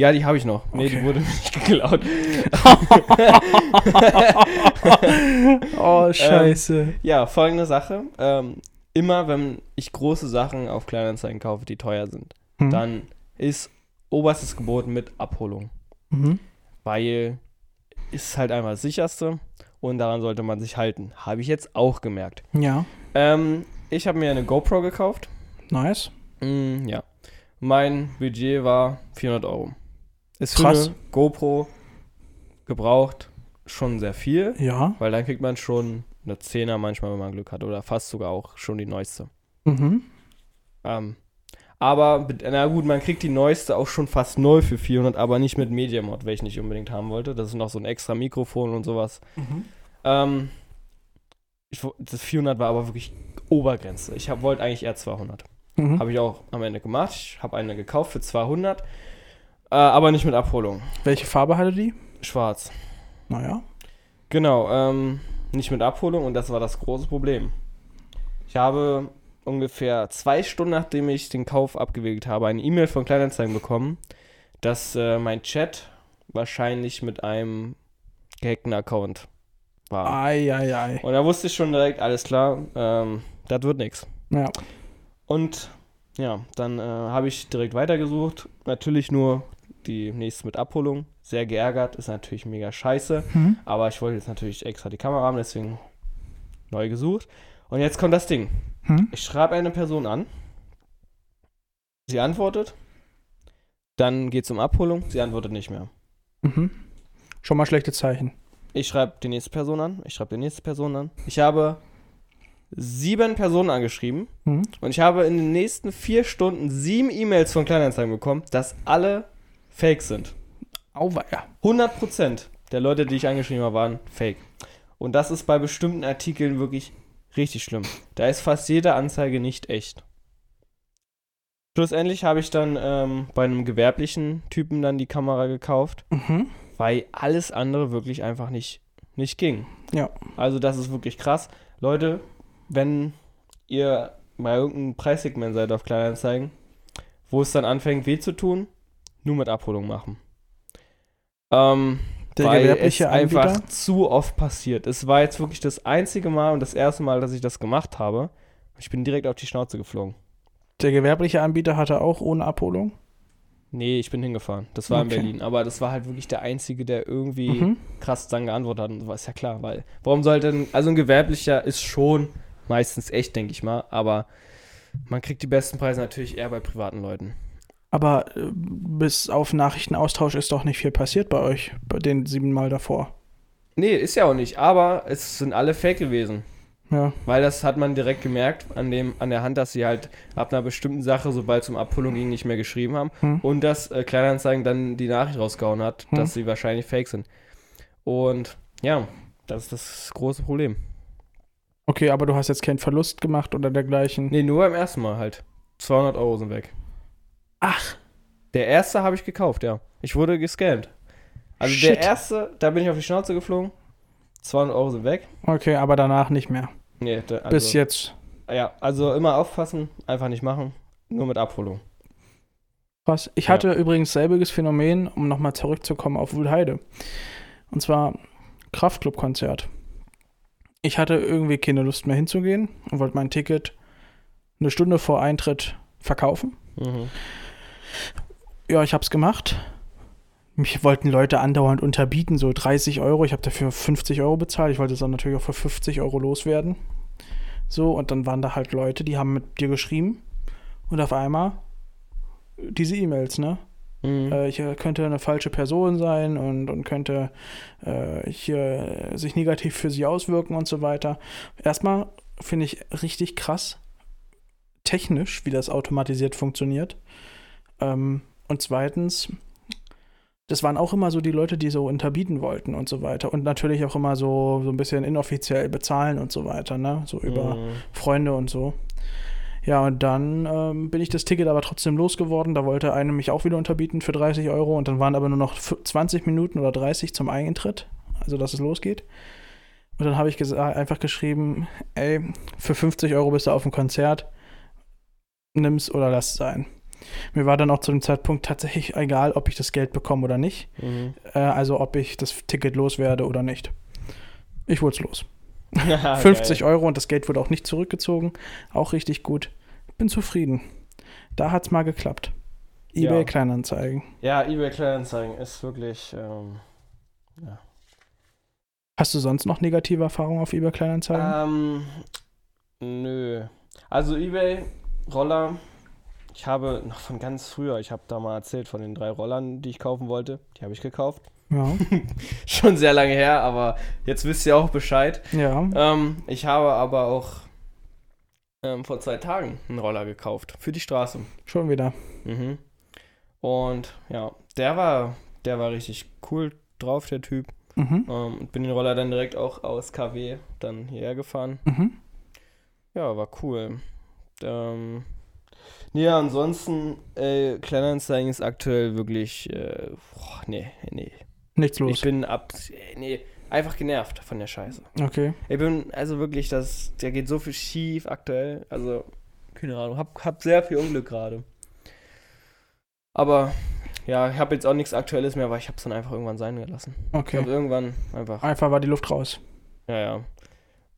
Speaker 2: Ja, die habe ich noch. Nee, die
Speaker 1: Okay.
Speaker 2: wurde mir nicht geklaut. Ähm,
Speaker 1: Oh, scheiße.
Speaker 2: Ja, folgende Sache. Ähm, immer wenn ich große Sachen auf Kleinanzeigen kaufe, die teuer sind,
Speaker 1: Hm?
Speaker 2: dann ist oberstes Gebot mit Abholung.
Speaker 1: Mhm.
Speaker 2: Weil ist halt einmal das sicherste und daran sollte man sich halten. Habe ich jetzt auch gemerkt.
Speaker 1: Ja,
Speaker 2: Ähm, ich habe mir eine GoPro gekauft.
Speaker 1: nice.
Speaker 2: Mm, ja. Mein Budget war 400 Euro. Ist für
Speaker 1: Krass.
Speaker 2: eine GoPro gebraucht schon sehr viel,
Speaker 1: Ja.
Speaker 2: weil dann kriegt man schon eine Zehner manchmal, wenn man Glück hat oder fast sogar auch schon die neueste.
Speaker 1: Mhm.
Speaker 2: Ähm, aber, mit- na gut, man kriegt die neueste auch schon fast neu für 400, aber nicht mit Media Mod, welche ich nicht unbedingt haben wollte. Das ist noch so ein extra Mikrofon und sowas.
Speaker 1: Mhm.
Speaker 2: Ähm, ich, wo- das 400 war aber wirklich Obergrenze. Ich hab- wollte eigentlich eher 200.
Speaker 1: Mhm.
Speaker 2: Habe ich auch am Ende gemacht. Ich habe eine gekauft für 200, äh, aber nicht mit Abholung.
Speaker 1: Welche Farbe hatte die?
Speaker 2: Schwarz.
Speaker 1: Naja.
Speaker 2: Genau, ähm, nicht mit Abholung und das war das große Problem. Ich habe ungefähr zwei Stunden, nachdem ich den Kauf abgewickelt habe, eine E-Mail von Kleinanzeigen bekommen, dass äh, mein Chat wahrscheinlich mit einem gehackten Account war.
Speaker 1: Ei, ei, ei.
Speaker 2: Und da wusste ich schon direkt, alles klar, ähm, das wird nichts.
Speaker 1: Ja.
Speaker 2: Und ja, dann äh, habe ich direkt weitergesucht. Natürlich nur die nächste mit Abholung. Sehr geärgert, ist natürlich mega scheiße.
Speaker 1: Mhm.
Speaker 2: Aber ich wollte jetzt natürlich extra die Kamera haben, deswegen neu gesucht. Und jetzt kommt das Ding.
Speaker 1: Hm?
Speaker 2: Ich schreibe eine Person an. Sie antwortet. Dann geht es um Abholung. Sie antwortet nicht mehr.
Speaker 1: Mhm. Schon mal schlechte Zeichen.
Speaker 2: Ich schreibe die nächste Person an. Ich schreibe die nächste Person an. Ich habe sieben Personen angeschrieben.
Speaker 1: Mhm.
Speaker 2: Und ich habe in den nächsten vier Stunden sieben E-Mails von Kleinanzeigen bekommen, dass alle fake sind.
Speaker 1: Auweia.
Speaker 2: 100% der Leute, die ich angeschrieben habe, waren fake. Und das ist bei bestimmten Artikeln wirklich richtig schlimm. Da ist fast jede Anzeige nicht echt. Schlussendlich habe ich dann ähm, bei einem gewerblichen Typen dann die Kamera gekauft,
Speaker 1: Mhm.
Speaker 2: weil alles andere wirklich einfach nicht, nicht ging.
Speaker 1: Ja.
Speaker 2: Also das ist wirklich krass. Leute, wenn ihr bei irgendeinem Preissegment seid auf Kleinanzeigen, wo es dann anfängt weh zu tun, nur mit Abholung machen. Ähm,
Speaker 1: Der
Speaker 2: weil es
Speaker 1: gewerbliche Anbieter.
Speaker 2: einfach zu oft passiert. Es war jetzt wirklich das einzige Mal und das erste Mal, dass ich das gemacht habe. Ich bin direkt auf die Schnauze geflogen.
Speaker 1: Der gewerbliche Anbieter hatte auch ohne Abholung.
Speaker 2: Nee, ich bin hingefahren. Das war in
Speaker 1: Okay.
Speaker 2: Berlin. Aber das war halt wirklich der einzige, der irgendwie
Speaker 1: Mhm.
Speaker 2: krass dann geantwortet hat. Und so war es ja klar, weil warum sollte ein, also ein gewerblicher ist schon meistens echt, denke ich mal, aber man kriegt die besten Preise natürlich eher bei privaten Leuten.
Speaker 1: Aber äh, bis auf Nachrichtenaustausch ist doch nicht viel passiert bei euch, bei den sieben Mal davor.
Speaker 2: Nee, ist ja auch nicht, aber es sind alle fake gewesen.
Speaker 1: Ja.
Speaker 2: Weil das hat man direkt gemerkt an, dem, an der Hand, dass sie halt ab einer bestimmten Sache, sobald es um Abholung ging, nicht mehr geschrieben haben.
Speaker 1: Hm.
Speaker 2: Und dass äh, Kleinanzeigen dann die Nachricht rausgehauen hat,
Speaker 1: Hm.
Speaker 2: dass sie wahrscheinlich fake sind. Und ja, das ist das große Problem.
Speaker 1: Okay, aber du hast jetzt keinen Verlust gemacht oder dergleichen.
Speaker 2: Nee, nur beim ersten Mal halt. 200 Euro sind weg.
Speaker 1: Ach.
Speaker 2: Der erste habe ich gekauft, ja. Ich wurde gescammt. Also
Speaker 1: Shit.
Speaker 2: der erste, da bin ich auf die Schnauze geflogen. 200 Euro sind weg.
Speaker 1: Okay, aber danach nicht mehr.
Speaker 2: Nee, da, also,
Speaker 1: Bis jetzt.
Speaker 2: Ja, also immer aufpassen, einfach nicht machen. Nur mit Abholung.
Speaker 1: Was? Ich
Speaker 2: Ja.
Speaker 1: hatte übrigens selbiges Phänomen, um nochmal zurückzukommen auf Wuhlheide. Und zwar Kraftclub-Konzert. Ich hatte irgendwie keine Lust mehr hinzugehen und wollte mein Ticket eine Stunde vor Eintritt verkaufen.
Speaker 2: Mhm.
Speaker 1: Ja, ich hab's gemacht. Mich wollten Leute andauernd unterbieten, so 30 Euro. Ich habe dafür 50 Euro bezahlt. Ich wollte es dann natürlich auch für 50 Euro loswerden. So, und dann waren da halt Leute, die haben mit dir geschrieben. Und auf einmal diese E-Mails, ne?
Speaker 2: Mhm.
Speaker 1: Äh, ich äh, könnte eine falsche Person sein und, und könnte äh, hier sich negativ für sie auswirken und so weiter. Erstmal finde ich richtig krass technisch, wie das automatisiert funktioniert. Ähm, und zweitens, das waren auch immer so die Leute, die so unterbieten wollten und so weiter. Und natürlich auch immer so, so ein bisschen inoffiziell bezahlen und so weiter, ne? So über.
Speaker 2: Mhm.
Speaker 1: Freunde und so. Ja, und dann ähm, bin ich das Ticket aber trotzdem losgeworden. Da wollte eine mich auch wieder unterbieten für 30 Euro und dann waren aber nur noch fü- 20 Minuten oder 30 zum Eintritt, also dass es losgeht. Und dann habe ich gesa- einfach geschrieben, ey, für 50 Euro bist du auf dem Konzert, nimm's oder lass sein. Mir war dann auch zu dem Zeitpunkt tatsächlich egal, ob ich das Geld bekomme oder nicht.
Speaker 2: Mhm.
Speaker 1: Äh, also ob ich das Ticket loswerde oder nicht. Ich wurde es los.
Speaker 2: Mhm. Ja,
Speaker 1: 50
Speaker 2: Ah, geil.
Speaker 1: Euro und das Geld wurde auch nicht zurückgezogen. Auch richtig gut. Bin zufrieden. Da hat's mal geklappt. eBay
Speaker 2: Ja.
Speaker 1: Kleinanzeigen.
Speaker 2: Ja, eBay Kleinanzeigen ist wirklich. Ähm,
Speaker 1: Hast du sonst noch negative Erfahrungen auf eBay Kleinanzeigen?
Speaker 2: ähm, nö. Also eBay Roller. Ich habe noch von ganz früher, ich habe da mal erzählt von den drei Rollern, die ich kaufen wollte. Die habe ich gekauft.
Speaker 1: Ja.
Speaker 2: Schon sehr lange her, aber jetzt wisst ihr auch Bescheid.
Speaker 1: ja.
Speaker 2: Ähm, ich habe aber auch ähm, vor zwei Tagen einen Roller gekauft für die Straße.
Speaker 1: Schon wieder.
Speaker 2: Mhm. Und ja, der war, der war richtig cool drauf, der Typ.
Speaker 1: Mhm.
Speaker 2: Ähm, und bin den Roller dann direkt auch aus KW dann hierher gefahren.
Speaker 1: Mhm.
Speaker 2: Ja, war cool. Ähm, ja, ansonsten, äh, Kleinanzeigen ist aktuell wirklich, äh, boah, nee, nee.
Speaker 1: Nichts
Speaker 2: Ich
Speaker 1: los.
Speaker 2: bin ab, nee, einfach genervt von der Scheiße.
Speaker 1: Okay.
Speaker 2: Ich bin, also wirklich, das, der geht so viel schief aktuell. Also, keine Ahnung, hab, hab sehr viel Unglück gerade. Aber, ja, ich hab jetzt auch nichts Aktuelles mehr, weil ich hab's dann einfach irgendwann sein gelassen. Ich hab
Speaker 1: Okay.
Speaker 2: irgendwann einfach,
Speaker 1: Einfach war die Luft raus.
Speaker 2: ja, ja.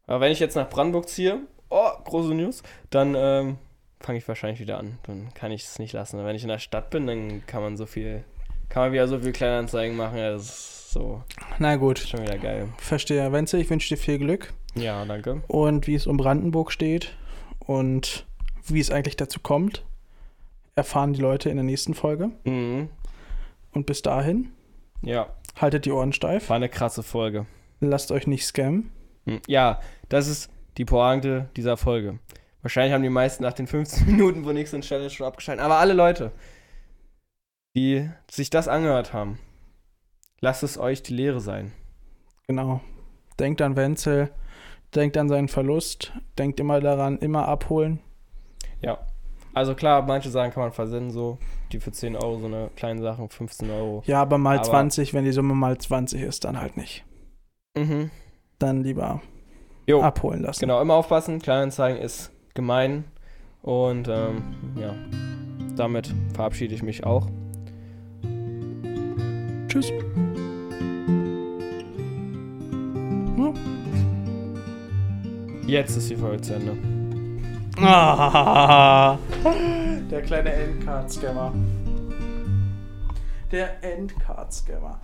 Speaker 2: Aber wenn ich jetzt nach Brandenburg ziehe, oh, große News, dann ähm, fange ich wahrscheinlich wieder an. Dann kann ich es nicht lassen. Wenn ich in der Stadt bin, dann kann man so viel, kann man wieder so viel Kleinanzeigen machen. Ja, Das ist so,
Speaker 1: Na gut.
Speaker 2: schon wieder geil.
Speaker 1: Verstehe. Wenzel, ich wünsche dir viel Glück.
Speaker 2: Ja, danke.
Speaker 1: Und wie es um Brandenburg steht und wie es eigentlich dazu kommt, erfahren die Leute in der nächsten Folge.
Speaker 2: Mhm.
Speaker 1: Und bis dahin,
Speaker 2: Ja,
Speaker 1: haltet die Ohren steif.
Speaker 2: war eine krasse Folge.
Speaker 1: Lasst euch nicht scammen.
Speaker 2: Hm, Ja, das ist die Pointe dieser Folge. Wahrscheinlich haben die meisten nach den 15 Minuten, wo nichts entstand, schon abgeschaltet. Aber alle Leute, die sich das angehört haben, lasst es euch die Lehre sein.
Speaker 1: Genau. Denkt an Wenzel, denkt an seinen Verlust, denkt immer daran, immer abholen.
Speaker 2: Also klar, manche Sachen kann man versenden, so die für 10 Euro, so eine kleine Sache, 15 Euro.
Speaker 1: Ja, aber mal
Speaker 2: Aber-
Speaker 1: 20, wenn die Summe mal 20 ist, dann halt nicht.
Speaker 2: Mhm.
Speaker 1: Dann lieber
Speaker 2: Jo,
Speaker 1: abholen lassen.
Speaker 2: genau, immer aufpassen. Kleinanzeigen ist gemein. Und ähm, ja, damit verabschiede ich mich auch. Genau.
Speaker 1: Tschüss. Hm?
Speaker 2: Jetzt ist die Folge zu Ende.
Speaker 1: Ah, der kleine Endcard-Scammer. Der Endcard-Scammer.